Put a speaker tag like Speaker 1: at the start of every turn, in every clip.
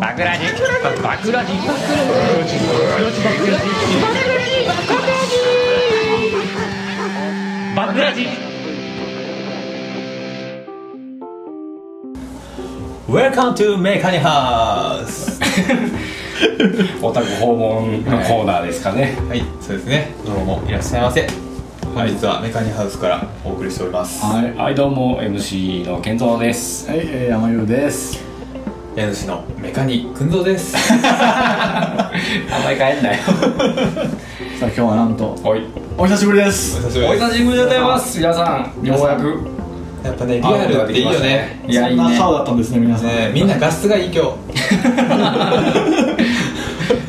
Speaker 1: バクラジバクラジバクラジ
Speaker 2: Welcome to メカニハウス
Speaker 3: オタク訪問のコーナーですかね、
Speaker 2: はいそうですねどうもいらっしゃいませ本日はメカニハウスからお送りしております
Speaker 3: はい、どうも MC の健三です
Speaker 4: はい、えー、山優です。
Speaker 2: 家主のメカニくんぞです
Speaker 3: あんまり帰んなよ
Speaker 4: さあ、今日はなんと、
Speaker 3: はい
Speaker 4: お久しぶりです。
Speaker 2: 久しぶ
Speaker 3: お
Speaker 2: りです
Speaker 3: 久しぶりでございます皆さんようやく
Speaker 2: やっぱねリアルっていいよね
Speaker 3: いやいい
Speaker 4: そんな
Speaker 3: ね
Speaker 4: 顔だったんですね、皆さん。
Speaker 2: ねみんな画質がいい今日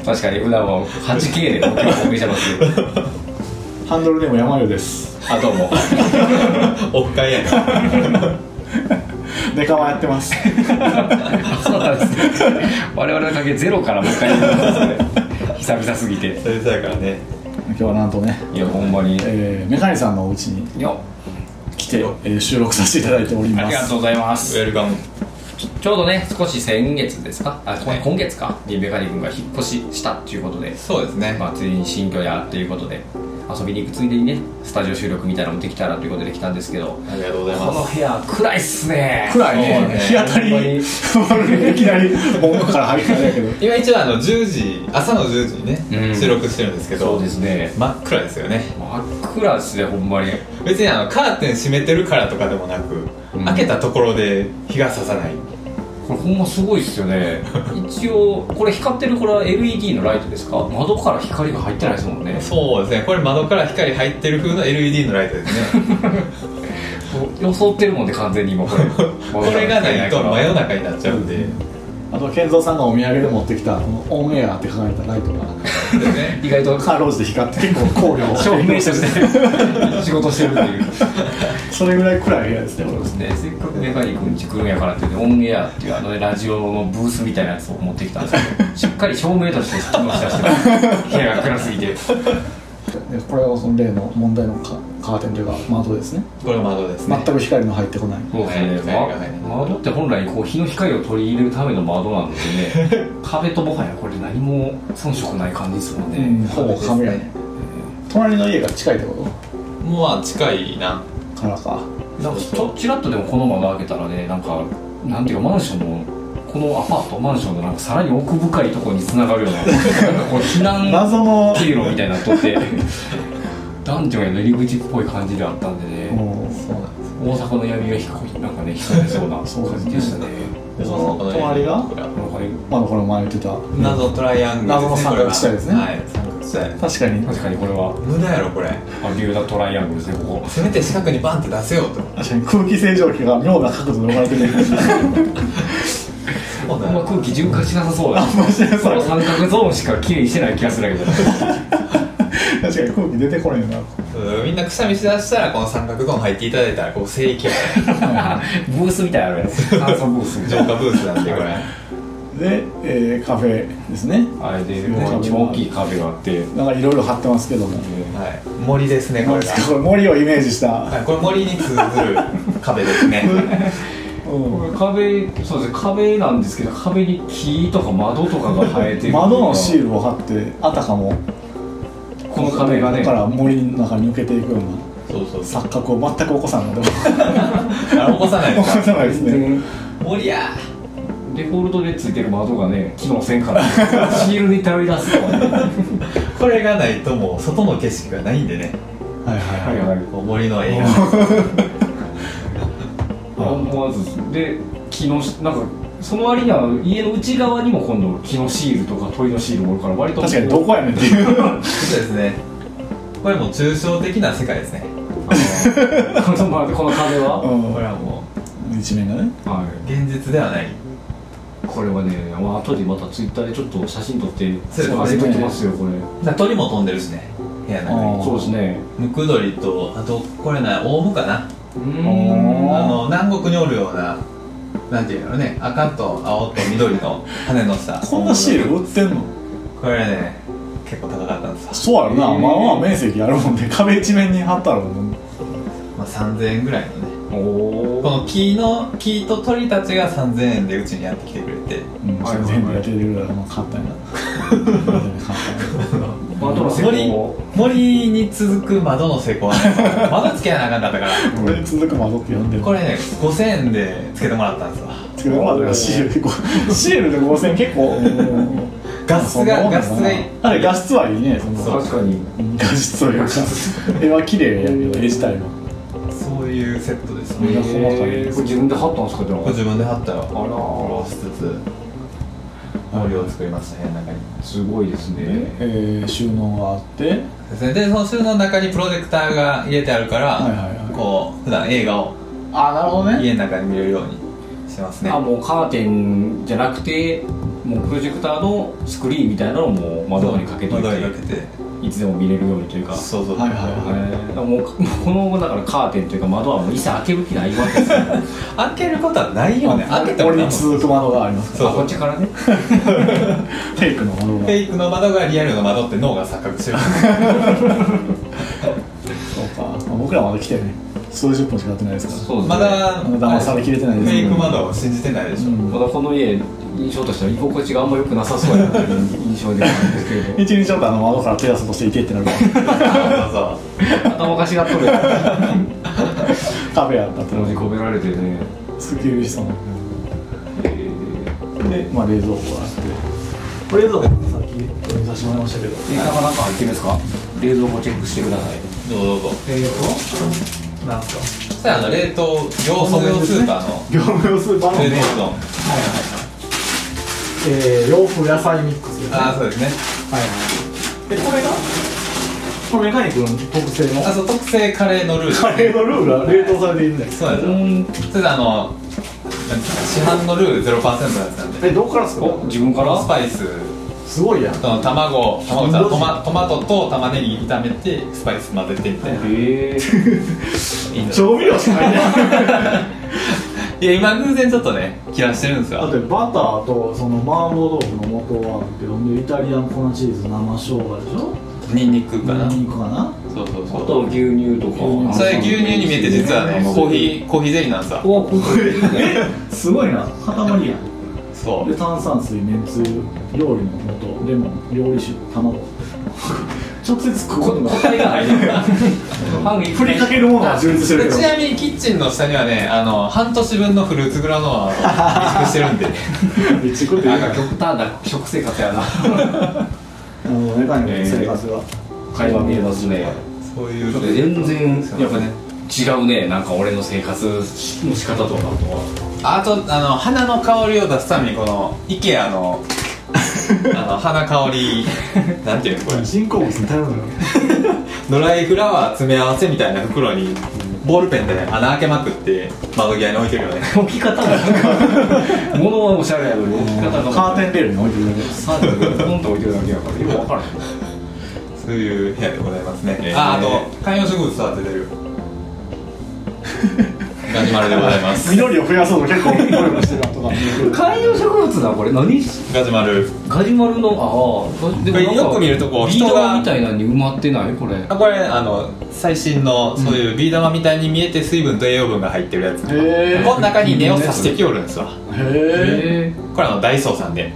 Speaker 3: 確かに普段は 8K で東京をお送りしてますけ ど
Speaker 4: ハンドルでも山優です。
Speaker 3: あどう も
Speaker 2: オフ会や ね
Speaker 4: デカはやってます。
Speaker 3: そうなんですね我々の関係ゼロからもう一回やってますね久々すぎて
Speaker 2: それだからね
Speaker 4: 今日はなんとね、
Speaker 3: いやほんまに
Speaker 4: えー、メカニさんのお家に
Speaker 3: よ
Speaker 4: 来て、えー、収録させていただいており
Speaker 3: あ
Speaker 4: ま
Speaker 3: りが
Speaker 4: す
Speaker 3: とう。ございま
Speaker 2: ウ
Speaker 3: す
Speaker 2: ェルカム
Speaker 3: ちょうどね少し先月ですかあこ
Speaker 2: はい
Speaker 3: 今月かにベカリ君が引っ越ししたっていうことで
Speaker 2: そうですね
Speaker 3: まあ、ついに新居やということで遊びに行くついでにねスタジオ収録みたいなのもできたらということで来たんですけど
Speaker 2: ありがとうご
Speaker 3: こ
Speaker 2: ざいま
Speaker 3: の
Speaker 2: す
Speaker 3: 部屋暗いっすね
Speaker 4: 暗い
Speaker 2: そうね
Speaker 4: ね、日当たり
Speaker 3: ほんまに
Speaker 4: 悪い、いきなり、ボンから入ったんだけど。
Speaker 2: 今一応あの10時朝の10時に
Speaker 3: う
Speaker 2: ね
Speaker 3: ん
Speaker 2: 収録してるんですけ
Speaker 3: そ
Speaker 2: ど
Speaker 3: うですね
Speaker 2: 真っ暗ですよね
Speaker 3: 真っ暗っすねほんまに
Speaker 2: 別にあのカーテン閉めてるからとかでもなく、
Speaker 3: うん
Speaker 2: 開けたところで日が差さない
Speaker 3: これほんますごいっすよね一応これ光ってるこれは LED のライトですか窓から光が入ってないですもんね
Speaker 2: そうですねこれ窓から光入ってる風の LED のライトですね
Speaker 3: 装ってるもんね完全に今これ
Speaker 2: これがないと真夜中になっちゃうんで、
Speaker 4: あと、健三さんがお土産で持ってきた、このオンエアって書かれたライトが、
Speaker 2: ですね
Speaker 3: 意外と
Speaker 4: カーローズで光って結構光 量を
Speaker 3: 照明として 仕事してるっていう
Speaker 4: それぐらい暗い部屋ですね、
Speaker 3: そうですね、せっかくメカニ君家来るんやからって言ってオンエアっていうあのねラジオのブースみたいなやつを持ってきたんですけどしっかり照明として機能しだしてます部屋が暗すぎて
Speaker 4: でこれはその例の問題のカカーテンというか窓ですね
Speaker 2: これ窓ですね
Speaker 4: 全く光の入ってこない
Speaker 3: そうですね、ま、窓って本来こう日の光を取り入れるための窓なんでね壁ともはやこれ何も遜色ない感じですもんね、
Speaker 4: うんほぼ壁やね隣の家が近いってこ
Speaker 2: もうまあ近いな
Speaker 4: とからか
Speaker 3: なんかちょちらっとでもこの窓開けたらねなんかなんていうかマンションのこのアパートマンションのなんかさらに奥深いところに繋がるような なんかこう避難
Speaker 4: 謎の
Speaker 3: ピエロみたいになっとってダンジョンへの入り口っぽい感じであったんでね
Speaker 4: もう
Speaker 2: そうなんです
Speaker 3: 大阪の闇がひなんかね潜んでそうな
Speaker 4: そうで
Speaker 3: 感
Speaker 4: す
Speaker 3: じ
Speaker 4: ね
Speaker 3: でしたね
Speaker 4: でその隣が
Speaker 3: なんかね
Speaker 4: まだこれ前言ってた
Speaker 2: 謎トライアングル
Speaker 4: 謎の三角地帯ですね
Speaker 2: はい三角地帯
Speaker 4: 確かに
Speaker 3: 確かにこれは
Speaker 2: 無駄やろこれ
Speaker 3: アビューダトライアングルですねここ
Speaker 2: せめて四角にバンって出せようと
Speaker 4: 確かに空気清浄機が妙な角度で生まれ てる
Speaker 2: そう
Speaker 3: あんま空気循環しなさそうだ
Speaker 4: あん ましなさ
Speaker 3: こ
Speaker 4: そう
Speaker 3: の三角ゾーンしか綺麗にしてない気がするんだけど
Speaker 4: 確かに空気出てこないな
Speaker 2: みんなくしゃみしだしたらこの三角ゾーン入っていただいたらこう聖域やね
Speaker 3: ブースみたいなのあるや つ炭素ブースみた
Speaker 2: 浄
Speaker 3: い
Speaker 2: 化ブースなんでこれ
Speaker 4: で、えーカフェですね
Speaker 3: なあれでもう一番大きい壁があって
Speaker 4: なんかいろいろ貼ってますけども
Speaker 2: はい森ですねこ
Speaker 4: 何
Speaker 2: れ
Speaker 4: です
Speaker 2: が
Speaker 4: かこれ森をイメージした、
Speaker 2: はいこれ森に通ずる壁ですね
Speaker 4: うん
Speaker 3: これ壁そうですね壁なんですけど壁に木とか窓とかが生えてる
Speaker 4: 窓のシー
Speaker 3: ル
Speaker 4: ルを貼ってあたかも
Speaker 3: この壁がね
Speaker 4: から森の中に抜けていくような
Speaker 2: そうそう
Speaker 4: 錯覚を全く起こさないので起
Speaker 2: あ起こさないで
Speaker 4: こ
Speaker 2: すか
Speaker 4: さないですね
Speaker 2: 森や
Speaker 3: デフォルトでついてる窓がね機能せんからシールに頼り出すとかね
Speaker 2: これがないともう外の景色がないんでね
Speaker 4: はいはいはい
Speaker 2: こう森の映
Speaker 3: 思わずで木のしなんかその割には家の内側にも今度木のシールとか鳥のシールもあるから割と
Speaker 4: 確かにどこやねんっていう
Speaker 2: 画そうですねこれもう抽象的な世界ですね
Speaker 3: あのこのま あこの壁は、
Speaker 2: これ
Speaker 4: う
Speaker 2: はも
Speaker 4: ん一面がね
Speaker 3: は
Speaker 2: う現実ではない
Speaker 3: い、これはね、まあ後でまたツイッターでちょっと写真撮って
Speaker 2: そうですね
Speaker 3: あげときますよこれ
Speaker 2: だから鳥も飛んでるしね部屋の中
Speaker 4: あー
Speaker 2: に
Speaker 3: そうですね
Speaker 2: ムクドリとあとこれなオウムかな
Speaker 3: う
Speaker 4: ーん
Speaker 2: あの南国におるようななんていうのね赤と青と緑の羽の下
Speaker 4: こんなシール売ってんの
Speaker 2: これね結構高かったんですよ、
Speaker 4: そうやろな、
Speaker 3: へー
Speaker 4: まあまあ面積あるもんで壁一面に貼ったらもう
Speaker 2: まあ、3000円ぐらいのね
Speaker 3: お
Speaker 2: こ
Speaker 3: お
Speaker 2: の木の木と鳥たちが3000円でうちにやってきてくれて
Speaker 4: うん、
Speaker 3: はいはい
Speaker 4: 全部やってるぐらいの簡単な
Speaker 3: 窓の施
Speaker 2: 森
Speaker 3: 工を
Speaker 2: 森に続く窓の施 工はね窓つけなあかんかったから
Speaker 4: これ 続く窓って呼んでる
Speaker 2: これね5000円でつけてもらったんですわ
Speaker 4: 続く窓がシールでこ うシールで5000結構
Speaker 2: 画質
Speaker 4: そんな
Speaker 2: が
Speaker 4: もんだ
Speaker 2: 画
Speaker 4: な
Speaker 2: 質がいい
Speaker 4: あれ画質はいいねその
Speaker 3: 確かに
Speaker 4: 画質というか絵は綺麗やけど絵自体は
Speaker 2: そういうセットです
Speaker 4: え
Speaker 2: ね
Speaker 4: ー
Speaker 3: これ自分で貼ったんですかで
Speaker 2: これ
Speaker 3: も
Speaker 2: 自分で貼ったよ
Speaker 3: あら
Speaker 2: これをしつつ森を作りました部屋の中に
Speaker 3: すごいですね
Speaker 4: えー収納があって
Speaker 2: ですねでその収納の中にプロジェクターが入れてあるから、
Speaker 4: はいはいはい
Speaker 2: こう普段映画を
Speaker 4: あなるほどね
Speaker 2: 家の中で見れるようにしてますね
Speaker 3: あもうカーテンじゃなくてもうプロジェクターのスクリーンみたいなのをもう窓にかけといて
Speaker 2: 窓にかけて
Speaker 3: いつでも見れるようにというか
Speaker 2: そうそう
Speaker 4: はいはいはい
Speaker 3: えーもうこのだからカーテンというか窓はもう一切開ける気ないわけですよ
Speaker 2: 開けることはないよね開けても
Speaker 4: 俺
Speaker 2: ら
Speaker 4: に
Speaker 2: う
Speaker 4: 続く窓がありますか
Speaker 2: そう
Speaker 3: あこっちからね
Speaker 4: ら テイクの窓が
Speaker 2: フェイクの窓がリアルの窓って脳が錯覚してる
Speaker 4: そうか、まあ僕らまだ来てね数十分しか経ってないですから
Speaker 3: そうですね
Speaker 2: まだ
Speaker 4: 騙されきれてない
Speaker 2: フ
Speaker 4: ですね
Speaker 2: ェイク窓を信じてないでしょ、
Speaker 4: うん
Speaker 3: まだこの家印象としては居心地があんま良くなさそうやなという印象ではあるんですけれ
Speaker 4: 一日ちょっとあの窓から手出すとしていけってなるから
Speaker 2: そうそう
Speaker 3: ど頭おかしがっとるや
Speaker 4: カフェやった
Speaker 3: ん
Speaker 4: と
Speaker 3: 持ち込められてね、
Speaker 4: すっきりしたもん
Speaker 3: えー
Speaker 4: で、まあ、冷蔵庫があって冷蔵庫さっき見させてもらいましたけど
Speaker 3: え、なかなか入ってるんですか冷蔵庫チェックしてください
Speaker 2: どうぞどうぞ
Speaker 4: 冷蔵庫なんすか
Speaker 2: そしたらあの冷凍業務用スーパーの
Speaker 4: 業務用スーパーの
Speaker 2: 冷
Speaker 4: ね、
Speaker 2: 凍丼
Speaker 4: えー、洋風野菜ミックスですね
Speaker 2: ああそうですね
Speaker 4: はいはいで、これがこれメカニックの特製の
Speaker 2: あそう特製カレーのルー
Speaker 4: カレーのルーが冷凍されているんです
Speaker 2: そうなんですよそれであのなんていうんですか市販のルー0%のやつなんで
Speaker 4: え、どっからですか
Speaker 3: お、自分から
Speaker 2: スパイス
Speaker 4: すごいやん
Speaker 2: その卵
Speaker 4: ど
Speaker 2: 卵
Speaker 4: うぞ
Speaker 2: トマトマトと玉ねぎ炒めてスパイス混ぜてみたいな
Speaker 3: え
Speaker 4: 調味料しかないね
Speaker 2: いや今偶然ちょっとね切らしてるんです
Speaker 4: だっ
Speaker 2: よ
Speaker 4: てバターとその麻婆豆腐の素はあるけどでイタリアン粉チーズ生生姜でしょ
Speaker 2: ニンニクかな
Speaker 4: ニンニクかな
Speaker 2: そうそう
Speaker 3: あ
Speaker 2: そ
Speaker 3: と牛乳と
Speaker 4: 牛
Speaker 3: か
Speaker 2: うそれ牛乳に見えて実はねコーヒーコーヒーゼリーなんですよ
Speaker 3: お、 これいいね
Speaker 4: すごいな塊やん
Speaker 2: そ
Speaker 4: で
Speaker 2: う
Speaker 4: 炭酸水めんつゆ料理の素レモン料理酒卵直接食うことが
Speaker 3: 答えが入るパンに
Speaker 4: ふりかけるものは充実してる
Speaker 2: で
Speaker 4: けど
Speaker 2: ちなみにキッチンの下にはねあの半年分のフルーツグラノーラを備蓄してるんで
Speaker 4: 備蓄ってい
Speaker 3: なん
Speaker 4: う
Speaker 3: か
Speaker 4: か
Speaker 3: 極端な食生活や な
Speaker 4: あのメカニックの生活が
Speaker 3: 会話見えますね
Speaker 2: そういう
Speaker 3: ちょっと全然
Speaker 2: そう
Speaker 3: やっぱね違うねなんか俺の生活の仕方とかとは
Speaker 2: あとあの花の香りを出すためにこの IKEA のあの花香りなんていうのこれ
Speaker 4: 人工物に頼るのよ
Speaker 2: ドライフラワー詰め合わせみたいな袋にボールペンで穴開けまくって窓際に置いてるよね
Speaker 3: 置き方が物はおしゃれやのに置き方が
Speaker 4: カーテンレールに置いてるだけです
Speaker 3: サーテンポンと置いてるだけやからよく分からへん
Speaker 2: そういう部屋でございますね、
Speaker 3: えー
Speaker 2: ああと観葉植物育ててるガジュマルでございます
Speaker 4: 緑を増やそうと結構努力してるなとか
Speaker 3: 観葉植物だこれ何
Speaker 2: ガジュマル
Speaker 3: ガジュマルのああで
Speaker 2: これよく見るとこう
Speaker 3: ビー
Speaker 2: 人が
Speaker 3: 玉みたいなのに埋まってないこれ
Speaker 2: あこれあの最新のそういうビー玉みたいに見えて水分と栄養分が入ってるやつ、
Speaker 4: へ
Speaker 2: この中に根を刺してきおるんですわ
Speaker 4: へ
Speaker 3: え
Speaker 4: え
Speaker 2: これあのダイソーさんで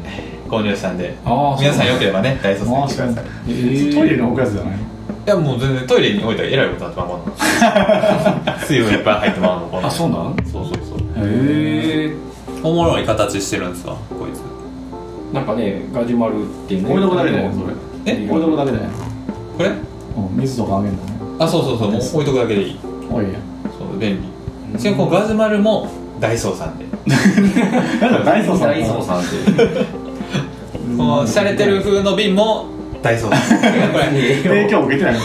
Speaker 2: 購入したんで
Speaker 3: あー
Speaker 2: 皆さんよければねダイソーさん来てください
Speaker 3: えー
Speaker 4: トイレに置くやつじゃない
Speaker 2: いやもう全然トイレに置いたらえらいことになってまうも ん水分いっぱい入ってまうもんこんな
Speaker 3: あ
Speaker 2: ん
Speaker 3: そうなん
Speaker 2: そうそうそう
Speaker 3: へえ
Speaker 2: おもろい形してるんですわこいつ
Speaker 3: なんかねガジュマルってね
Speaker 4: 俺のことだけだよそれ
Speaker 2: え
Speaker 4: 俺のもだけだよ
Speaker 2: これ
Speaker 4: うん水とかあげるのね
Speaker 2: あそうそうそうもう置いとくだけでいい
Speaker 4: おいや
Speaker 2: そう便利しかもこうガズマルもダイソーさんで
Speaker 4: なんかダイソーさん
Speaker 3: ダイソーさんって
Speaker 2: この洒落てる風の瓶もダイ ソーさんこれ
Speaker 4: 影響受けてないの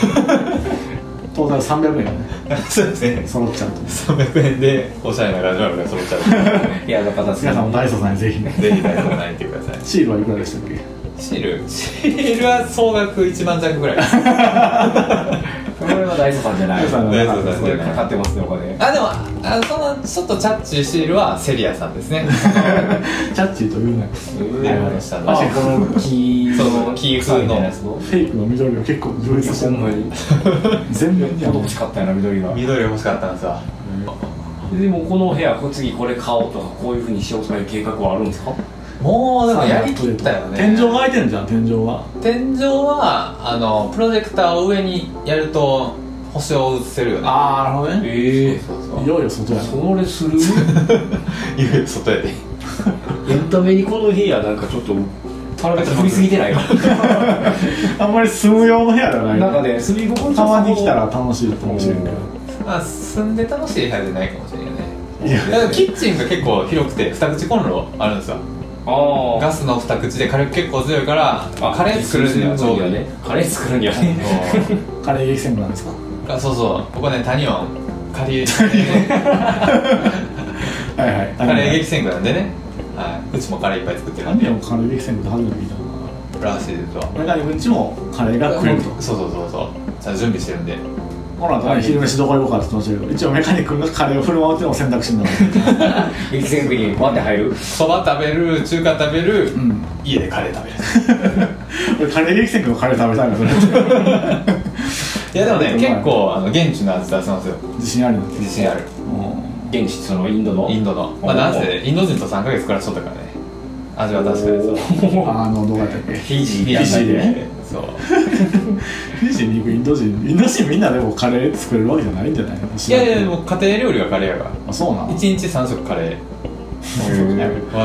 Speaker 4: トータル300円やね
Speaker 2: そうですね
Speaker 4: 揃っちゃうと
Speaker 2: 300円でおしゃれなガジュマルが揃っちゃう
Speaker 3: いやだから
Speaker 4: 皆さんもダイソーさんにぜひ
Speaker 2: ぜひダイソーさん行ってください
Speaker 4: シールはいくらでしたっけ
Speaker 2: シールシールは総額1万弱ぐらいです
Speaker 3: これはダイソーさんじゃない
Speaker 4: ダイソーさんじゃない
Speaker 3: それかかってますねお金
Speaker 2: あでもあそのちょっとチャッチーシールはセリアさんです ね
Speaker 4: チャッチーというね
Speaker 2: 出るました
Speaker 3: あこの木
Speaker 2: そう
Speaker 3: の
Speaker 2: そう木
Speaker 3: 草
Speaker 2: 風
Speaker 3: みたいな
Speaker 2: の
Speaker 3: やつの
Speaker 4: フェイクの緑を結構充
Speaker 3: いや
Speaker 4: 実して
Speaker 3: ほ
Speaker 4: る
Speaker 3: んまに
Speaker 4: 全面には
Speaker 3: ほ
Speaker 4: も
Speaker 3: ど
Speaker 4: う
Speaker 3: 近かったよな緑が
Speaker 2: 緑欲しかったんですわ
Speaker 3: でもこの部屋こ次これ買おうとかこういうふうにしようとかいう計画はあるんですか
Speaker 2: もうでもやりきったよね
Speaker 4: 天井が開いてんじゃん天井は
Speaker 2: 天井はあのプロジェクターを上にやると星を映せるよね
Speaker 4: ああなるほどね
Speaker 3: ええ
Speaker 4: いよいよ外や
Speaker 3: それする
Speaker 2: いやいや外やで
Speaker 3: エンタメにこの部屋なんかちょっと体振りすぎてないか
Speaker 4: あんまり住む用の部屋ではない
Speaker 3: なんかね住み心地
Speaker 4: た
Speaker 3: は
Speaker 4: まに来たら楽しいかもしれんけど
Speaker 2: まあ住んで楽しい部屋じゃないかもしれないね
Speaker 4: いや
Speaker 2: だからキッチンが結構広くて二口コンロあるんですよ
Speaker 3: あ
Speaker 2: ガスの二口で火力結構強いからカレー作るにはちょうどいい
Speaker 3: ねカレー作るには
Speaker 4: カレー激戦区なんですか
Speaker 2: あそうそうここねタニオンカレ ー
Speaker 4: はいはい
Speaker 2: カレー激戦区なんでね、はい、うちもカレーいっぱい作ってるんで
Speaker 4: 何をカレー激戦区って初めて聞いたのか
Speaker 2: らしいですわ
Speaker 4: な中にうんちもカレーが食えると
Speaker 2: そうそうそうそうちゃんと準備してるんで
Speaker 4: ほら、ね、昼飯どこ行こうかって言ってましたけど一応メカニックがカレーを振る舞うっていうのも選択肢になる
Speaker 3: 激戦区にバって入る
Speaker 2: そば食べる中華食べる、
Speaker 4: ん
Speaker 2: 家でカレー食べる
Speaker 4: 俺カレー激戦区のカレー食べたいなそれ
Speaker 2: いやでも ね
Speaker 4: うまい
Speaker 2: 結構あの現地の味出せますよ
Speaker 4: 自信ありな
Speaker 2: 自信ある
Speaker 4: うん
Speaker 3: 現地そのインドの
Speaker 2: インドのまあなんせインド人と3ヶ月暮らしとったからね味は出してるそう
Speaker 4: あのどうやったっけ
Speaker 3: フィジー
Speaker 4: ィジーでね
Speaker 2: そう
Speaker 4: フィジーに行くインド人インド人みんなでもカレー作れるわけじゃないんじゃない
Speaker 2: いやいやもう家庭料理はカレーやから
Speaker 4: あそうなの
Speaker 2: 1日3食カレーマジマジマジ
Speaker 3: ネパ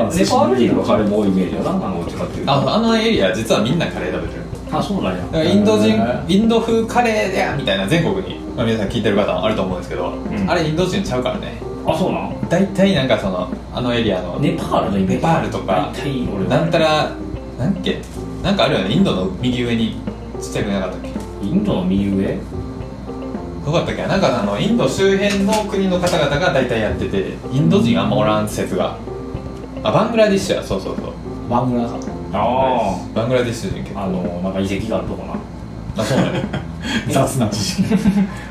Speaker 3: ールネパール人のカレーも多いイメージやなあの使ってる
Speaker 2: ああのエリア実はみんなカレー食べてる
Speaker 4: あそうなんや
Speaker 2: だからインド人
Speaker 4: へー
Speaker 2: インド風カレーやみたいな全国に、まあ、皆さん聞いてる方もあると思うんですけど、
Speaker 3: ん
Speaker 2: あれインド人ちゃうからね
Speaker 3: あそうなん
Speaker 2: 大体なんかそのあのエリアの
Speaker 3: ネパールのイメージ
Speaker 2: ネパールとか
Speaker 3: 大体俺は
Speaker 2: なんたらなんっけなんかあるよねインドの右上にちっちゃくなかったっけ
Speaker 3: インドの右上
Speaker 2: どこだったっけななんかあのインド周辺の国の方々が大体やっててインド人あんまおらん説があバングラディッシュやそうそうそう
Speaker 4: バングラか
Speaker 3: あ
Speaker 2: バングラディッシュ人結
Speaker 3: あ
Speaker 2: 構
Speaker 3: あのなんか遺跡があるとこな
Speaker 2: あそうなのよ
Speaker 4: 雑な知識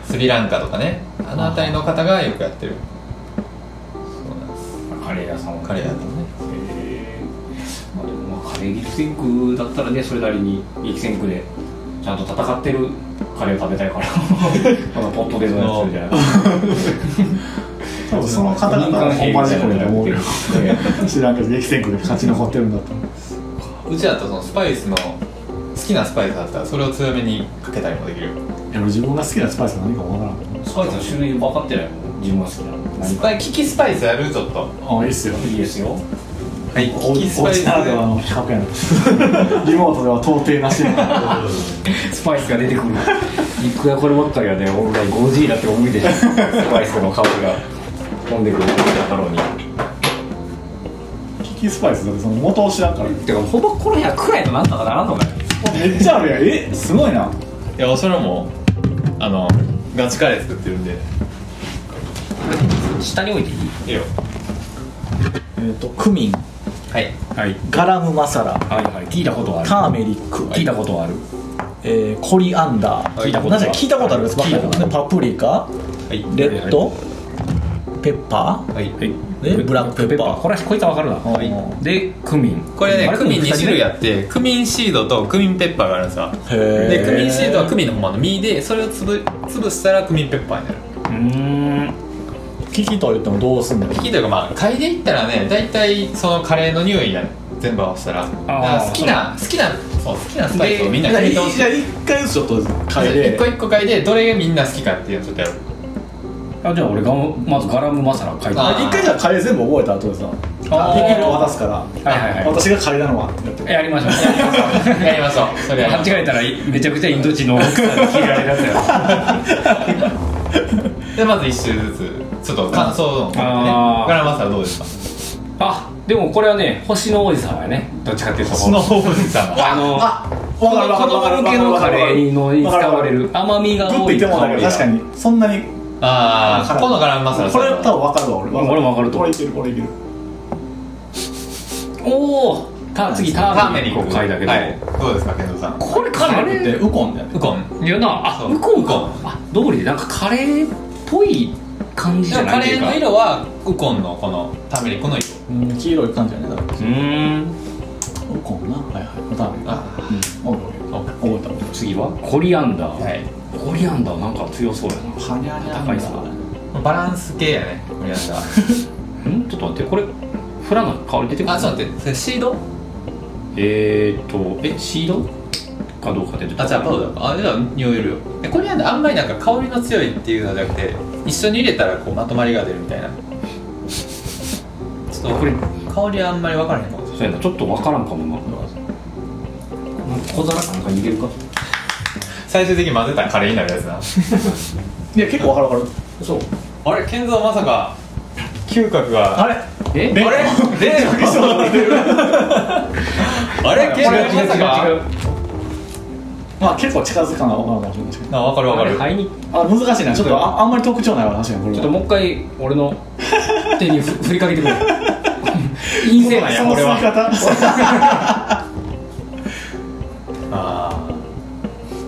Speaker 2: スリランカとかねあの辺りの方がよくやってるそう
Speaker 3: カ
Speaker 2: なんです
Speaker 3: レー屋さん
Speaker 2: カレー屋のね
Speaker 3: へーまあでもまあカレー激戦区だったらねそれなりに激戦区でちゃんと戦ってるカレーを食べた いからこのポットでのやつじゃ ない
Speaker 4: 多分その方々は本場事故やと思うよ知らんけど激戦区で勝ち残ってるんだったら
Speaker 2: うちだとそのスパイスの好きなスパイスだったらそれを強めにかけたりもできる
Speaker 4: いや俺自分が好きなスパイスは何かわからんけ
Speaker 3: スパイスの種類分かってないもん自分が好きなの
Speaker 2: ス
Speaker 3: 何か
Speaker 2: パイキキスパイスやるちょっと
Speaker 4: どあいいっすよ
Speaker 3: いいです よ
Speaker 2: はい
Speaker 4: お
Speaker 2: キキス
Speaker 4: お
Speaker 2: パイ
Speaker 4: 家
Speaker 2: ス
Speaker 4: ならではの比較やなリモートでは到底なしな
Speaker 3: スパイスが出てくるいくらこればっかりはね俺が 5G だって思いでし ょスパイスの香りが飛んでくるだろうに
Speaker 4: キキスパイスだってその元を知らんから
Speaker 3: てかほぼこの部屋くらいとなんとかならんのかよ
Speaker 4: めっちゃあるやんえすごいない
Speaker 2: やそれはもうあのガチカレー作ってるんで
Speaker 3: 下に置いていい
Speaker 2: いいよ
Speaker 5: えー、とクミン
Speaker 2: はい
Speaker 3: はい
Speaker 5: ガラムマサラ
Speaker 3: はいはい聞いたことはある
Speaker 5: ターメリック、
Speaker 3: 聞いたことはある
Speaker 5: えーコリアンダー
Speaker 3: 聞いたことあ
Speaker 5: なぜ
Speaker 3: る
Speaker 5: 聞いたことあるやつばっかりだからねパプリカ
Speaker 2: はい
Speaker 5: レッドペッパー
Speaker 2: はい
Speaker 5: えブラックペッパー
Speaker 3: これはこいつはわかるな、
Speaker 5: はい
Speaker 3: でクミン
Speaker 2: これねクミン2種類
Speaker 3: や
Speaker 2: あってクミンシードとクミンペッパーがあるんですよ
Speaker 5: へー
Speaker 2: でクミンシードはクミンのほんまの実でそれをつぶ潰したらクミンペッパーになる
Speaker 3: うーん
Speaker 5: 聞きと言ってもどうすんのよ
Speaker 2: 好きというかまあ嗅いでいったらね大体そのカレーの匂いや全部合わせたらだから好きな好きなそう好きなスパイスをみんな嗅いでほしい
Speaker 4: じゃあ一回ずつちょっと嗅い
Speaker 2: 一
Speaker 4: で
Speaker 2: 個一個嗅いでどれがみんな好きかっていうのをちょっとやる
Speaker 3: あじゃあ俺がまずガラムマサラ書いて
Speaker 2: あ
Speaker 3: は
Speaker 4: あ一回じゃあカレー全部覚えた後でさ
Speaker 2: あー
Speaker 4: できる渡すから
Speaker 3: いはいは
Speaker 4: 私がカレーなのはってやって
Speaker 3: いやりましょう
Speaker 2: やりましょうそれやり
Speaker 3: 間
Speaker 2: ましょう
Speaker 3: 違えたらめちゃくちゃインド人の奥さんに切られるやつや
Speaker 2: でまず一周ずつちょっと感想の方ね
Speaker 3: あー
Speaker 2: ガラマサラどうですか
Speaker 3: あでもこれはね星の王子様やねどっちかっていうと
Speaker 2: スノーボールさんは
Speaker 3: あの
Speaker 4: わかるわ
Speaker 3: 子
Speaker 4: かるわかる
Speaker 3: 供向けのカレーのに使われる甘み
Speaker 4: グ
Speaker 3: が
Speaker 4: ッと
Speaker 3: 多
Speaker 4: 言
Speaker 3: い
Speaker 4: ってもだけど確かにそんなに
Speaker 2: ああここのガラマサラさ
Speaker 4: こ
Speaker 2: ん
Speaker 4: れ
Speaker 2: は
Speaker 4: 多分分かるわ俺
Speaker 3: 俺も分かると
Speaker 4: こ
Speaker 3: 思
Speaker 4: れ
Speaker 3: う
Speaker 4: いけるこれいける
Speaker 3: 香りがおお次タ
Speaker 2: タ
Speaker 3: ー
Speaker 2: ー
Speaker 3: メ
Speaker 2: メ
Speaker 3: リ
Speaker 2: リ
Speaker 3: ッ
Speaker 2: ッ
Speaker 3: ク
Speaker 2: ク
Speaker 3: を書いたけど、
Speaker 2: はいどうですか健三さん
Speaker 3: これカレー
Speaker 2: ウコンだよウコン
Speaker 3: いやなあ
Speaker 2: そう
Speaker 3: 向こうか
Speaker 2: 向こう
Speaker 3: あどうりでなんかカレーっぽい感じじゃない
Speaker 2: カ
Speaker 3: ってい
Speaker 2: レ
Speaker 3: う
Speaker 2: ー
Speaker 3: か
Speaker 2: の色はウコンのこのターメリックの色
Speaker 5: うん黄色い感じやねだか
Speaker 3: うーん
Speaker 5: らこんなはいはい
Speaker 4: また
Speaker 2: あ
Speaker 4: オッケー
Speaker 2: あ
Speaker 4: オッケー覚え
Speaker 3: 次はコリアンダー、
Speaker 2: はい
Speaker 3: コリアンダーなんか強そうやな
Speaker 4: たハニャニャ
Speaker 3: 高いそう
Speaker 4: ン
Speaker 2: バランス系やね森安は
Speaker 3: んちょっと待ってこれフラの香り出てくる
Speaker 2: あちょっと待ってそれシード
Speaker 3: えーっとえシードかどうかで
Speaker 2: あじゃあパウダーかあじゃあ匂えるよえコリアンダーあんまりなんか香りの強いっていうのじゃなくて一緒に入れたらこうまとまりが出るみたいなちょっとこ
Speaker 3: こ
Speaker 2: れ
Speaker 3: れ
Speaker 2: 香りはあんまり分からへんかもし
Speaker 3: そうやなちょっとわからんかもななんか小皿かなんか入れるか
Speaker 2: れない最終的に混ぜたらカレーになるやつない
Speaker 4: や結構わかるわかる
Speaker 3: そう
Speaker 2: あれ健三まさか嗅覚が
Speaker 4: あれ
Speaker 3: え
Speaker 2: あれレーズン あれ健
Speaker 3: 違う
Speaker 2: 三
Speaker 3: 違
Speaker 2: まさか
Speaker 3: う違う
Speaker 4: まあ結構近づかなわからんかもしれないですけど
Speaker 2: あ分かる
Speaker 3: あれ
Speaker 2: 分かる
Speaker 3: 肺に
Speaker 4: あ難しいなちょっとああんまり特徴ないわ確かにこれ
Speaker 3: ちょっ
Speaker 4: は
Speaker 3: ともう一回俺の手にふ 振りかけてくれ陰性なんや
Speaker 2: いや
Speaker 4: その
Speaker 2: 俺
Speaker 4: 吸い
Speaker 2: は
Speaker 4: 方
Speaker 2: あ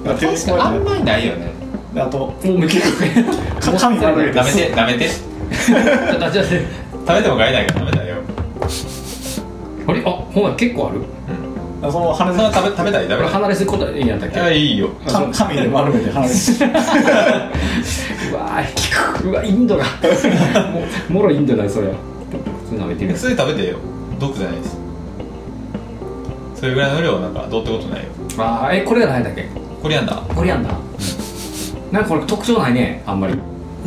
Speaker 4: だ
Speaker 2: あ
Speaker 4: って
Speaker 2: 確かにあんまりないよね
Speaker 4: あと
Speaker 3: もう無結構
Speaker 4: か髪丸め
Speaker 2: 舐めて舐めて
Speaker 3: じゃあ
Speaker 2: 食べても害ないから舐めたらよ
Speaker 3: あれあほんまや結構ある
Speaker 4: その
Speaker 2: そ
Speaker 4: 鼻
Speaker 2: んな
Speaker 4: で
Speaker 2: 食べ食べたい食
Speaker 3: こ
Speaker 2: べ
Speaker 3: れ
Speaker 2: たい
Speaker 3: 離れすぎこといいんやったっ
Speaker 2: い
Speaker 3: け
Speaker 2: やいいよ
Speaker 4: か髪で丸めて鼻で
Speaker 3: うわー聞くうわインドだもうもろインドだそれ普通に舐めてる
Speaker 2: 普
Speaker 3: やつ
Speaker 2: 通に食べてよ毒じゃないですそれぐらいの量なんかどうってことないよ
Speaker 3: あーえこれが何やったっけ
Speaker 2: コリアンダー
Speaker 3: これやんだなんかこれ特徴ないねあんまり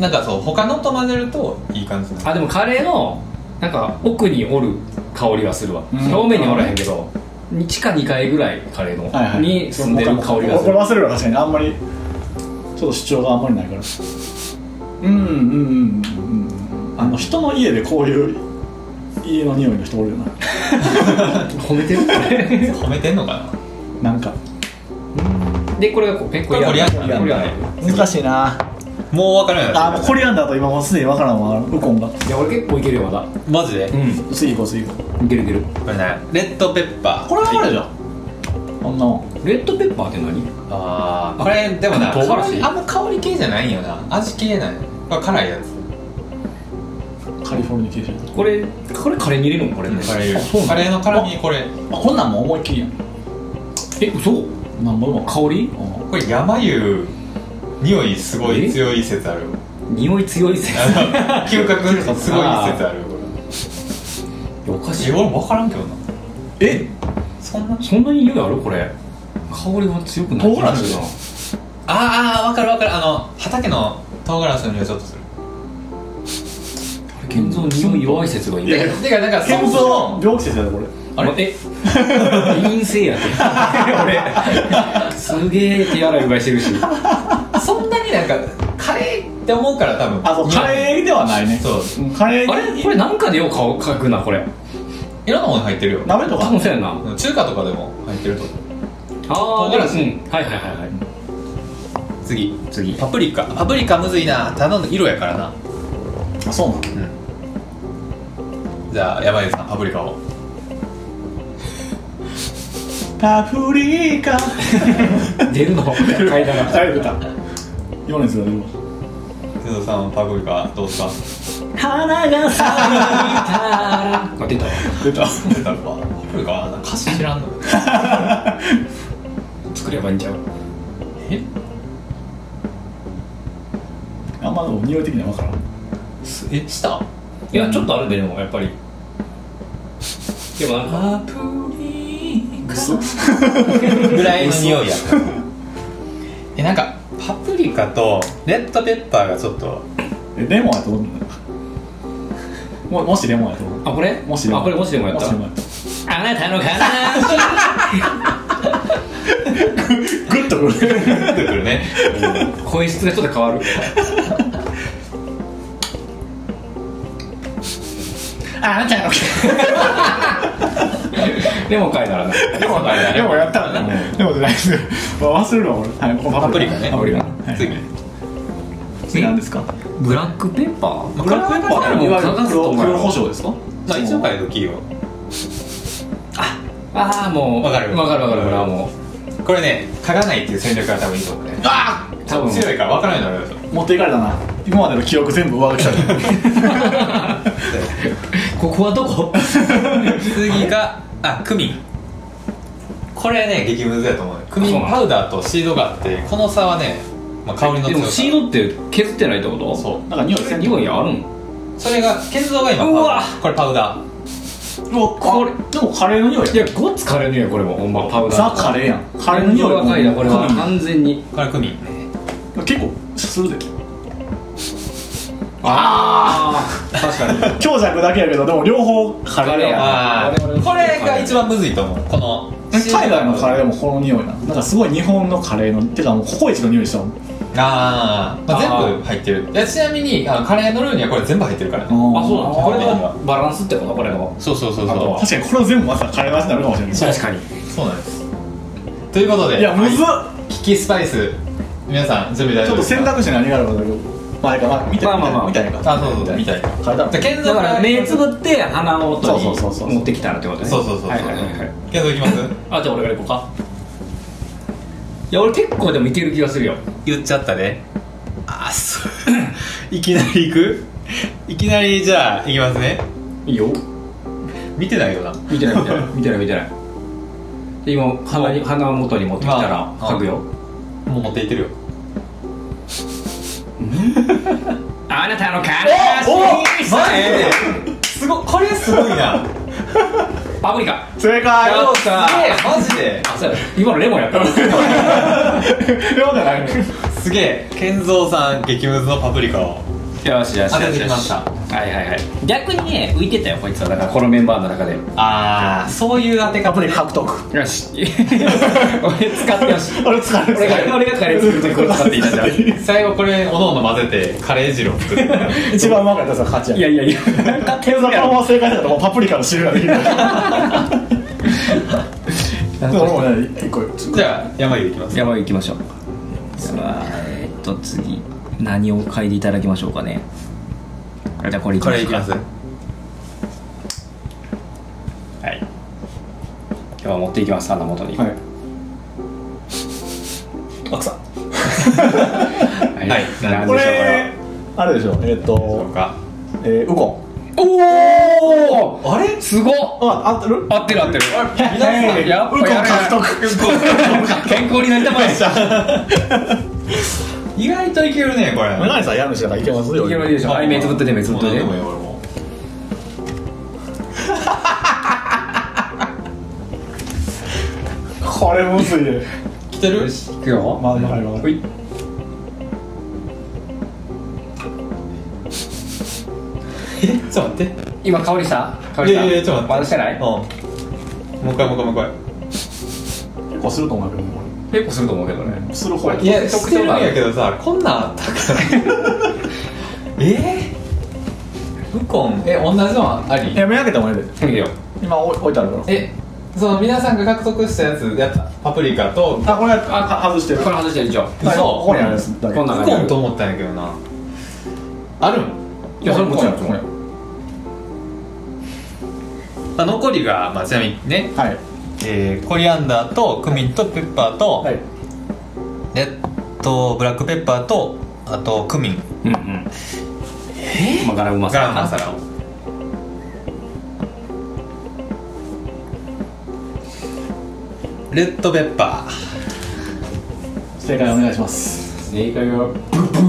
Speaker 2: なんかそう他のと混ぜるといい感じなの
Speaker 3: あでもカレーのなんか奥におる香りはするわ、
Speaker 4: うん
Speaker 3: 表面におらへんけどに地下2階ぐらいカレーの、
Speaker 4: はいはい
Speaker 3: に住んでる香りがす
Speaker 4: これ
Speaker 3: る
Speaker 4: 忘れるわ確かにあんまりちょっと主張があんまりないからうんうんうんうんうんあの人の家でこういう家の匂いの人おるよな
Speaker 3: 褒めてるこ れ
Speaker 2: 褒めてんのか
Speaker 4: なんか
Speaker 3: でこれがこうペンコリアン
Speaker 2: これコリアン
Speaker 3: コリアン
Speaker 4: 難しいな
Speaker 2: なもう分からん
Speaker 4: あも
Speaker 2: や
Speaker 4: うコリアンダーと今もうすでにわからんわウコンが
Speaker 3: いや俺結構いけるよまだ
Speaker 2: つマジで
Speaker 3: うん
Speaker 4: 次行こう次行こ
Speaker 3: いけるいける
Speaker 2: これねレッドペッパー
Speaker 4: うこれはあれじゃ
Speaker 2: ん
Speaker 4: んこんなもん
Speaker 3: レッドペッパーって何
Speaker 2: あーこれでもな
Speaker 3: 唐辛
Speaker 2: 香
Speaker 3: 子
Speaker 2: りあんま香り系じゃないんよな味系なんよこれ辛いやつ
Speaker 4: カリフォルニケーション
Speaker 3: これこれカレーに入れるのこれ、ね
Speaker 2: カレ
Speaker 4: あそうな
Speaker 2: ー
Speaker 4: の
Speaker 2: カレーの辛みこれ
Speaker 4: あこんなんも思いっきりやん
Speaker 3: え嘘
Speaker 4: なんぼでも
Speaker 3: 香り
Speaker 4: うん
Speaker 2: これ山湯匂いすごい強い説 あるよ
Speaker 3: 匂い強い ぜ
Speaker 2: あの嗅覚すごい説あるよこれ
Speaker 3: おかしい
Speaker 2: え俺分からんけどな
Speaker 4: え
Speaker 2: そんな
Speaker 3: そんなに匂いあるこれ香りが強くない
Speaker 4: 唐辛子だ
Speaker 2: あーあー分かる分かるあの畑の唐辛子の匂いちょっとする
Speaker 3: 建造匂い弱い説がいいんだけど
Speaker 2: てかなんかそも
Speaker 4: 健
Speaker 2: そ
Speaker 4: 三
Speaker 2: も
Speaker 4: 病気説やでこれ
Speaker 3: あれえ陰性 やって俺すげえ手洗いうがいしてるし
Speaker 2: そんなになんかカレーって思うから多分
Speaker 4: あそうカレーではないね
Speaker 2: そう
Speaker 4: うんカレー
Speaker 3: あれこれなんかでよう顔描くなこれ
Speaker 2: いろんなもの入ってるよ
Speaker 4: 鍋と
Speaker 3: 多
Speaker 4: か
Speaker 3: 分そうやんな
Speaker 2: 中華とかでも入ってると思
Speaker 3: あ
Speaker 2: う
Speaker 3: あ
Speaker 2: 唐辛子
Speaker 3: うんはいはいはいはい
Speaker 2: 次
Speaker 3: 次
Speaker 2: パプリカパプリカむずいな頼んだ色やからな
Speaker 4: あそうなの
Speaker 2: じゃあ山井さんパプリカを
Speaker 4: パプリカ
Speaker 3: 出るの階段が
Speaker 4: 誰出たヨネズが出るわ
Speaker 2: 瀬戸さんパプリカどうですか
Speaker 4: 花が咲
Speaker 3: あ出たわ
Speaker 4: 出た
Speaker 2: 出たかパプリカはなんか歌詞知らんの
Speaker 3: 作ればいいんちゃう
Speaker 2: え
Speaker 4: あんまでも匂い的には分からん
Speaker 2: すえした
Speaker 3: いやちょっとあるででもやっぱりでもなんか
Speaker 2: パプリカぐらいの匂いやった えなんかパプリカとレッドペッパーがちょっと
Speaker 4: えレモンやと思うんだももしレモンやと思う
Speaker 3: あこれ
Speaker 4: もしレモン
Speaker 3: あこれもしでもやっ
Speaker 4: も
Speaker 3: た
Speaker 4: しレモンやった
Speaker 3: あなたの悲
Speaker 4: グッとくる
Speaker 2: 出てくるね
Speaker 3: しい声質がちょっと変わる
Speaker 4: あなたの
Speaker 3: でも書いたらな
Speaker 2: でもあれだね
Speaker 4: レモンやったらねレモンじゃないですよ忘れるわ俺はいこの
Speaker 2: パプリカね
Speaker 4: パプリカはい
Speaker 2: 次
Speaker 4: 次何ですか
Speaker 3: ブラックペッパー
Speaker 2: ブラックペッパー
Speaker 3: もう
Speaker 4: いわゆる
Speaker 3: 探すと思
Speaker 4: 黒
Speaker 3: うよ
Speaker 4: 黒胡椒ですか
Speaker 2: まあ一応買える企業
Speaker 3: ああもう
Speaker 2: わかる
Speaker 3: わかるわかるこれはもう
Speaker 2: これね嗅がないっていう戦略が多分いいと思うね
Speaker 4: あー
Speaker 3: 多分
Speaker 2: 強いから分からないのよ
Speaker 4: 持っていかれたな今までの記憶全部上書きされた
Speaker 3: ここはどこ
Speaker 2: 次があクミンこれね激ムズやと思うねクミ
Speaker 3: そう
Speaker 2: ン
Speaker 3: なの
Speaker 2: パウダーとシードがあってこの差はねまあ、香りの
Speaker 3: で
Speaker 2: 強
Speaker 3: も
Speaker 2: さ
Speaker 3: シードって削ってないってこと
Speaker 2: そ う
Speaker 4: なんか匂いせん
Speaker 3: 匂いあるん
Speaker 2: それが建造が今パウ
Speaker 3: う
Speaker 2: ダ
Speaker 3: わ
Speaker 2: ーこれパウダー
Speaker 4: うわこれでもカレーの匂い
Speaker 3: いやごっつカレーの匂いこれもほんまパウダー
Speaker 4: ザカレーやんカレーの匂い
Speaker 3: 若いなこれは完全に
Speaker 2: これクミンね
Speaker 4: 結構するで
Speaker 3: ああ確かに
Speaker 4: 強弱だけやけどでも両方カレーやん
Speaker 2: ああ
Speaker 3: 我々の
Speaker 2: これが一番むずいと思うこの
Speaker 4: 海外のカレー
Speaker 2: ー
Speaker 4: もこの匂いななんかすごい日本のカレーのてかもうココイチの匂いしたもん
Speaker 2: あー、ま
Speaker 3: あ
Speaker 2: あ
Speaker 3: ー
Speaker 2: 全部入ってるいやちなみにあのカレーのルーにはこれ全部入ってるからね
Speaker 4: あ
Speaker 3: あそうなんだ
Speaker 2: こ
Speaker 3: こ
Speaker 2: れ
Speaker 3: れ
Speaker 2: は
Speaker 3: はバランスってことこれの
Speaker 2: そうそうそう
Speaker 3: あと
Speaker 2: そ
Speaker 3: は
Speaker 4: 確かにこれを全部まさカレーの味になるかもしれない
Speaker 3: 確かに
Speaker 2: うそうなんですということで
Speaker 4: いやむずっ、
Speaker 2: キキスパイス皆さん準備大
Speaker 4: ちょっ
Speaker 2: 丈夫
Speaker 4: と
Speaker 2: ですか
Speaker 4: 選択肢何があるかだけどまああれかまあ見て
Speaker 3: まあまあまあ
Speaker 4: みたいな
Speaker 2: あそうそうそうみたいな
Speaker 4: 変えたの
Speaker 2: じゃあ建
Speaker 3: だ
Speaker 2: 造
Speaker 3: から目つぶって鼻を音に
Speaker 4: そうそうそうそう
Speaker 3: 持ってきたらってことね
Speaker 2: そうそうそうそう
Speaker 3: はいはいはいはい
Speaker 2: 建造いきます
Speaker 3: あじゃあ俺から行こうかいや俺結構でもいける気がするよ
Speaker 2: 言っちゃったねあーそう いきなり行くいきなりじゃあ行きますね
Speaker 3: いいよ
Speaker 2: 見てないよな
Speaker 3: 見てない見てない見てない見てないで今鼻に鼻を元に持ってきたら
Speaker 2: まあ
Speaker 3: 書くよ
Speaker 2: もう持っていってるよ
Speaker 3: あなたの体
Speaker 2: すごいこれすごいな
Speaker 3: パプリカ
Speaker 4: 正解
Speaker 3: やった
Speaker 2: マジで
Speaker 3: あそうや今のレモンやった
Speaker 4: ようじゃない
Speaker 2: すげえ健三さん激ムズのパプリカを
Speaker 3: よしよしよし
Speaker 2: 当ててきました
Speaker 3: はいはいはい逆にね浮いてたよこいつはだからこのメンバーの中で
Speaker 2: ああそういう当て
Speaker 4: やっ
Speaker 2: 方
Speaker 4: ぱ
Speaker 2: ね
Speaker 4: り獲得
Speaker 3: よし俺使ってよし
Speaker 4: 俺疲れて
Speaker 3: 俺が俺がカレー作るときこれ使っていたじゃんい
Speaker 2: 最後これおのおの混ぜてカレー汁を作って
Speaker 4: 一番うまかったやつが勝ち
Speaker 3: や
Speaker 4: や
Speaker 3: いやいや
Speaker 4: ケンザこのまま正解だったらもうパプリカの汁ができるでも俺もね一個
Speaker 2: じゃあ山湯いきます
Speaker 3: 山行きましょうじゃあえーっと次何を嗅いでいただきましょうかねあじゃあこれいき
Speaker 2: カ
Speaker 3: ま
Speaker 2: レー
Speaker 3: し
Speaker 2: い
Speaker 3: ょう
Speaker 2: き
Speaker 3: か
Speaker 2: ます
Speaker 3: はいでは持っていきます鼻元に
Speaker 4: はい
Speaker 3: はい
Speaker 2: はい
Speaker 3: 何
Speaker 4: こ
Speaker 3: でしょう
Speaker 4: れあれでしょえっ
Speaker 2: そう
Speaker 4: と
Speaker 2: か
Speaker 4: えーウコン
Speaker 3: これはおお
Speaker 2: あれ
Speaker 3: すごっ
Speaker 4: あ合ってる
Speaker 3: 合ってる合ってる
Speaker 4: えー
Speaker 3: やっぱ
Speaker 4: ウコン
Speaker 3: やる
Speaker 4: 獲得
Speaker 3: 健康になりたまえ
Speaker 2: 意外といけるねこれ
Speaker 4: メガネさんやるんしかいけますよ
Speaker 3: いけばいいでしょはい目つぶってて目つぶってて
Speaker 2: もう何でもいい俺も
Speaker 4: これむずいね
Speaker 2: 来てる
Speaker 3: いくよ
Speaker 4: まあまあまあ
Speaker 3: ほい
Speaker 2: えちょっと待って
Speaker 3: 今香りした香りした
Speaker 2: いやいやちょっと待って
Speaker 3: まだしてな
Speaker 2: うん
Speaker 3: い
Speaker 2: もう一回もう一回もう一回
Speaker 4: 結構すると思うけどね
Speaker 3: 結構すると思うけどね
Speaker 4: 俺する方
Speaker 2: いや、
Speaker 3: 特徴
Speaker 2: 特徴
Speaker 3: が
Speaker 2: な
Speaker 3: あ
Speaker 2: ん
Speaker 3: る
Speaker 2: やけどさ、こんなんあったかえー、ウコン、え、同じのあ
Speaker 4: い
Speaker 2: り
Speaker 4: や目開けてもええで
Speaker 3: いいよ
Speaker 4: 今お置いてあるから
Speaker 2: え、その皆さんが獲得したやつ、やったパプリカと、
Speaker 4: あこれあ外してる
Speaker 3: これ外して一応
Speaker 4: はい
Speaker 2: 嘘
Speaker 4: ここにあるやつだけ
Speaker 3: こん
Speaker 2: ウ
Speaker 3: な中にあ
Speaker 2: コ
Speaker 3: る
Speaker 2: ンと思ったんやけどな。あるん
Speaker 3: いやそれもちろん
Speaker 4: ここにあるこ
Speaker 2: まあ、残りが、まあ、ちなみにね、
Speaker 4: こにある
Speaker 2: えーコリアンダーとクミンとペッパーと、
Speaker 4: はいはい
Speaker 2: えっと、ブラックペッパーと、あとクミン、
Speaker 3: うんうんえまあガラムマサ
Speaker 2: ガ
Speaker 3: ラ
Speaker 2: ラムマサラを。レッドペッパー。
Speaker 4: 正解お願いします
Speaker 3: 正解はブブ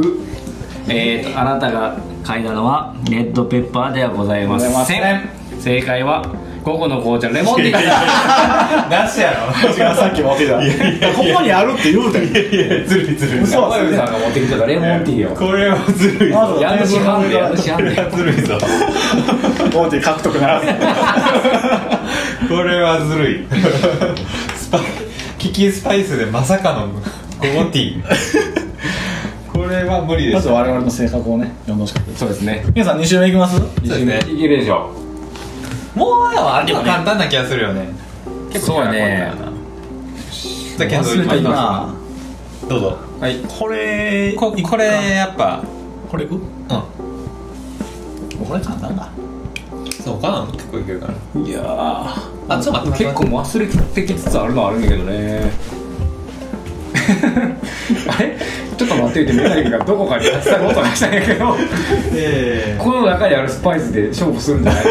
Speaker 3: ーえーとあなたが嗅いだのはレッドペッパーではございません
Speaker 4: ございま
Speaker 3: 正解は午後の紅茶レモンでいただき
Speaker 2: なしやろ
Speaker 4: 違うさっき持ってたここにあるって言うてん
Speaker 2: ずるいずるい
Speaker 4: 嘘は
Speaker 3: ますさんが持ってきてたレモンティーよ
Speaker 2: これはずるいぞ
Speaker 4: まず
Speaker 3: やるしはんでやるしはんで
Speaker 2: ずるいぞ
Speaker 4: 大手獲得ならず
Speaker 2: これはずるいスパイキキスパイスでまさかのゴゴティこれは無理で
Speaker 4: ますず我々の性格をね読んでほしかった
Speaker 3: そうですね
Speaker 4: 皆さん2周目いきます
Speaker 2: そうですね
Speaker 3: いけるでしょ
Speaker 2: もうでもあれは簡単な気がするよね
Speaker 3: そうやね
Speaker 2: じゃあ剣道いきま
Speaker 4: い
Speaker 2: す
Speaker 4: いな
Speaker 2: どうぞはい
Speaker 4: これ
Speaker 2: ここれやっぱ
Speaker 4: これいく
Speaker 2: うん
Speaker 4: これ簡単だ
Speaker 2: そうかな結構いけるかない
Speaker 3: や
Speaker 2: あちょっと待って
Speaker 3: 結構忘れてきつつあるのはあるんだけどね あれちょっと待っててメガネがどこかにやってたことがしたんやけど
Speaker 2: え
Speaker 3: この中にあるスパイスで勝負するんじゃないの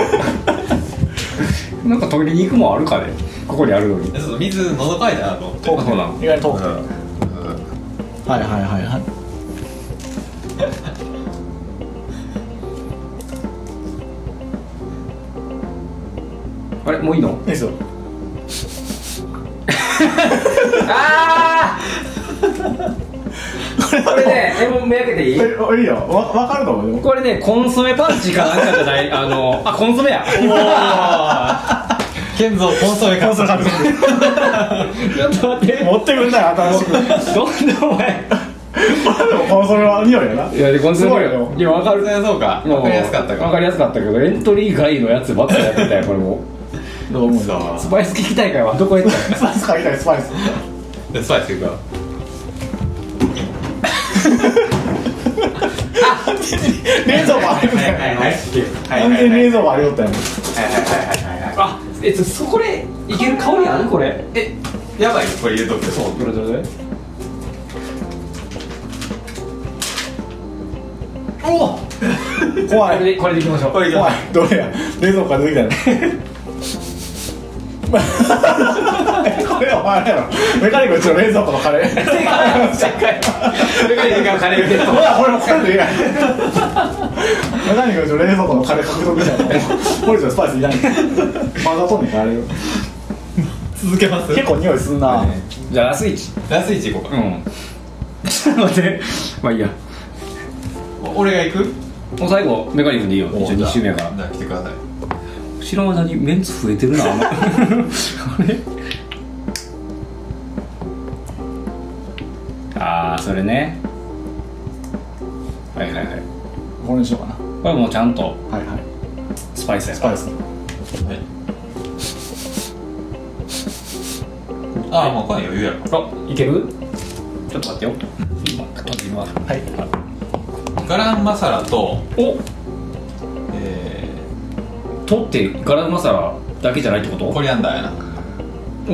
Speaker 3: なんか鶏肉もあるかねここにあるのに
Speaker 2: えちょっと水喉かいたなと思って
Speaker 3: そうなの
Speaker 4: 意外に遠くて
Speaker 5: はいはいはいはい
Speaker 3: あれもういいの
Speaker 5: いいですよ
Speaker 3: ああこれねえもう目開けていい
Speaker 4: えいいよわ分かると思うよ
Speaker 3: これねコンソメパンチかなんかじゃないあのあコンソメや
Speaker 2: ケンゾーコンソメか
Speaker 3: ちょっと待って
Speaker 4: 持ってくんない新しく
Speaker 3: どんなお前
Speaker 4: これでもコンソメは匂いやない
Speaker 3: やでコンソメ
Speaker 4: すごいよ
Speaker 3: いやわかる
Speaker 2: そうか
Speaker 3: もう
Speaker 2: 分かりやすかった
Speaker 3: わか
Speaker 2: か
Speaker 3: りやすかったけどエントリー外のやつばっかやってたよこれも
Speaker 5: どう思う
Speaker 2: そ
Speaker 3: スパイス聞きたいからはどこへ行っ
Speaker 4: スパイスかけたいスパイス
Speaker 2: うでスパイスいくわ
Speaker 4: 冷蔵庫あるみたいな
Speaker 2: はい
Speaker 4: 完全に冷蔵庫ありよったよ
Speaker 3: たのあえちょそこでいける香りあるこれえ
Speaker 2: やばいこれ言うとくそう
Speaker 3: どれどれどれこ
Speaker 4: 怖
Speaker 3: れ
Speaker 4: い
Speaker 3: でこれでいきましょう
Speaker 2: これ
Speaker 4: 怖いどれや冷蔵庫から出てきたよこれはあれやろメカニックうちの冷蔵庫のカレー
Speaker 3: 正解正解それがいいからカレーゲット
Speaker 4: ほらこれもこれでいいやんメカニックうちの冷蔵庫のカレー獲得じゃんこれじゃスパイスいらんまだとんねんからあれよ
Speaker 2: 続けます
Speaker 4: 結構匂いすんな
Speaker 3: じゃあラスイチ
Speaker 2: ラスイチいこう
Speaker 3: う
Speaker 2: か
Speaker 3: んちょっと待ってまあいいや
Speaker 2: お俺が行く
Speaker 3: もう最後メカニックでいいよ一応2周目やから
Speaker 2: じゃあ来てください
Speaker 3: 後ろ間にメンツ増えてるな あれあーそれねはいはいはい
Speaker 4: これにしようか
Speaker 3: これもうちゃんと
Speaker 4: なはいはい
Speaker 3: スパイスや
Speaker 4: ス
Speaker 3: か
Speaker 4: パイス
Speaker 2: はい ああもうこれ余裕やろ
Speaker 3: らあいけるちょっと待ってよ今今はい
Speaker 2: ガランマサラと
Speaker 3: お
Speaker 2: えー
Speaker 3: 取ってガラムマサラだけじゃないってこと
Speaker 2: コリアンダーやな
Speaker 3: お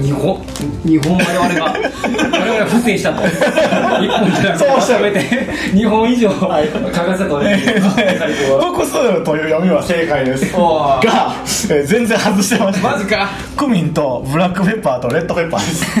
Speaker 3: 日本日本我々が我々は不正した と日本じゃなくて
Speaker 4: そうした
Speaker 3: めて日本以上
Speaker 4: い
Speaker 3: 嗅がせとね
Speaker 4: 複数という読みは正解ですが、
Speaker 2: お ー
Speaker 4: えー全然外してました
Speaker 2: マジか
Speaker 4: クミンとブラックペッパーとレッドペッパーです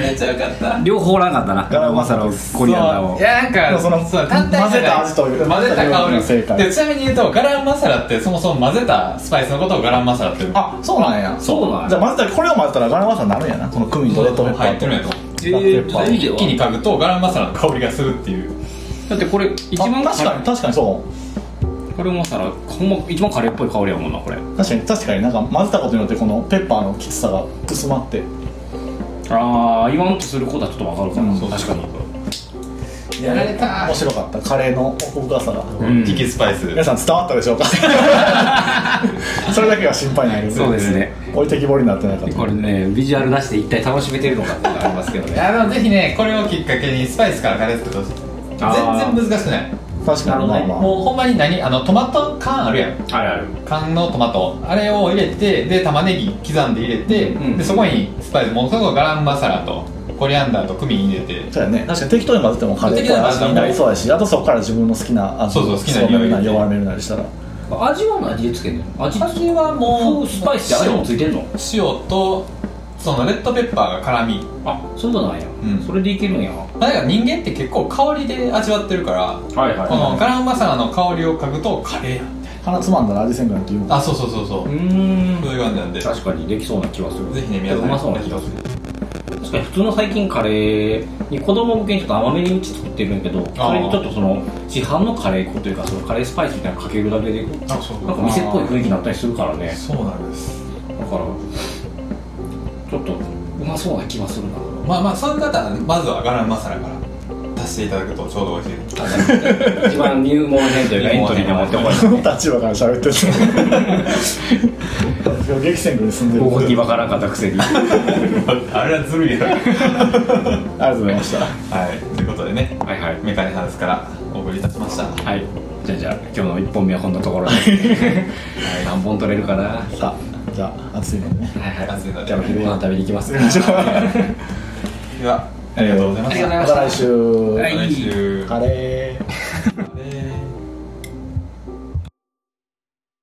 Speaker 2: めっちゃよかった
Speaker 3: 両方おらんかったな
Speaker 4: ガラムマサラを
Speaker 3: コリアンダーを
Speaker 2: いやなんか
Speaker 4: その
Speaker 2: そう単体じゃな
Speaker 4: 混ぜ
Speaker 2: い
Speaker 4: た味という
Speaker 2: 混ぜた香り
Speaker 4: の正解
Speaker 2: でちなみに言うとガランマサラってそもそも混ぜたスパイスのことをガランマサラっていう
Speaker 4: あそうなんや
Speaker 3: そうなん
Speaker 4: じゃ
Speaker 3: だ
Speaker 4: あ混ぜたらこれを混ぜたらガラムマサラになるんやなそのクミンとレッドペッパ
Speaker 2: 入
Speaker 4: ー
Speaker 2: って
Speaker 4: と
Speaker 2: るんやと
Speaker 3: えー
Speaker 4: だって
Speaker 3: いいよ
Speaker 2: 一気に嗅ぐとガランマサラの香りがするっていう
Speaker 3: だってこれ一番
Speaker 4: あ確かに確かにそ
Speaker 3: これもさほんま一番カレーっぽい香りやもんなこれ
Speaker 4: う確かに確かになんか混ぜたことによってこのペッパーのきつさが薄まって
Speaker 3: ああ言わんとすることはちょっとわかるかな、
Speaker 4: うん
Speaker 3: 確かに
Speaker 4: や
Speaker 2: られた
Speaker 4: 面白かったカレーの奥深さが
Speaker 3: うん
Speaker 2: キキスパイス
Speaker 4: 皆さん伝わったでし ょうかそれだけは心配ないです
Speaker 3: そうですね
Speaker 4: 置いてきぼりになってないかった
Speaker 3: これねビジュアル出して一体楽しめてるのかっていうのがありますけど
Speaker 2: い
Speaker 3: ね
Speaker 2: やでもぜひねこれをきっかけにスパイスからカレー作ってほしい全
Speaker 3: あー
Speaker 2: 然難しくない
Speaker 4: 確
Speaker 2: あ
Speaker 4: か
Speaker 2: の
Speaker 4: にまあ
Speaker 2: ね
Speaker 4: まあ
Speaker 2: もうほんまに何あのトマト缶あるやん
Speaker 3: あるある
Speaker 2: 缶のトマトあれを入れてで玉ねぎ刻んで入れて、
Speaker 3: うん
Speaker 2: でそこにスパイスもうそこガランマサラとコリアンダーとクミン入れて
Speaker 4: そうやね、確かに適当に混ぜてもカレーっぽい味になりそうやしあとそこから自分の好きな味
Speaker 2: そうそう好きな
Speaker 4: 強めるなり
Speaker 2: 匂い
Speaker 4: 弱めるなりしたら
Speaker 3: 味は何でつけんの味
Speaker 2: 味はもう
Speaker 3: スパイスってあれもついてんの
Speaker 2: 塩とそのレッドペッパーが辛み
Speaker 3: あそうなんや、
Speaker 2: ん
Speaker 3: それでいけるんや
Speaker 2: まあだから人間って結構香りで味わってるから
Speaker 3: はいは
Speaker 2: このガランマサラの香りを嗅ぐとカレーやん
Speaker 4: 鼻つまんだら味せんくなっていう
Speaker 2: あそうそうそうそうう
Speaker 3: ーん
Speaker 2: そういう感じなんでぜ
Speaker 3: 確かにできそうな気はする
Speaker 2: ひね皆さん
Speaker 3: うまそうな気がする確かに普通の最近カレーに子供向けにちょっと甘めにうち作ってるんやけど
Speaker 2: あー
Speaker 3: それにちょっとその市販のカレー粉というかそのカレースパイスみたいなのかけるだけで
Speaker 2: あそう
Speaker 3: なんか店っぽい雰囲気になったりするからね
Speaker 2: そうなんです
Speaker 3: だからちょっとうまそうな気はするな
Speaker 2: まあまあそういう方はまずはガランマサラから足していただくとちょうど美味しい です
Speaker 3: 一番入門編というかエントリーで持ってこい
Speaker 4: その 立場から喋って る激戦区に住んでる
Speaker 3: 方法に分からんかったくせには
Speaker 2: あれはずるいや
Speaker 4: あ
Speaker 2: ろ
Speaker 4: りがとうございました
Speaker 2: はいということでね
Speaker 3: いはい
Speaker 2: メカニハウスからお送りいたしました
Speaker 3: はいじゃあじゃあ今日の1本目はこんなとこ ろで、はい、何本取れるかなは
Speaker 4: さあじゃあ暑いのでね
Speaker 3: いは
Speaker 2: 暑い
Speaker 3: い
Speaker 2: ので
Speaker 3: じゃあ昼ご飯食べに行き ます
Speaker 2: ではありがとうございました
Speaker 3: ありがとうございま
Speaker 4: ま
Speaker 3: した
Speaker 4: た来週
Speaker 3: はい
Speaker 2: 来週
Speaker 4: カレー
Speaker 2: カレー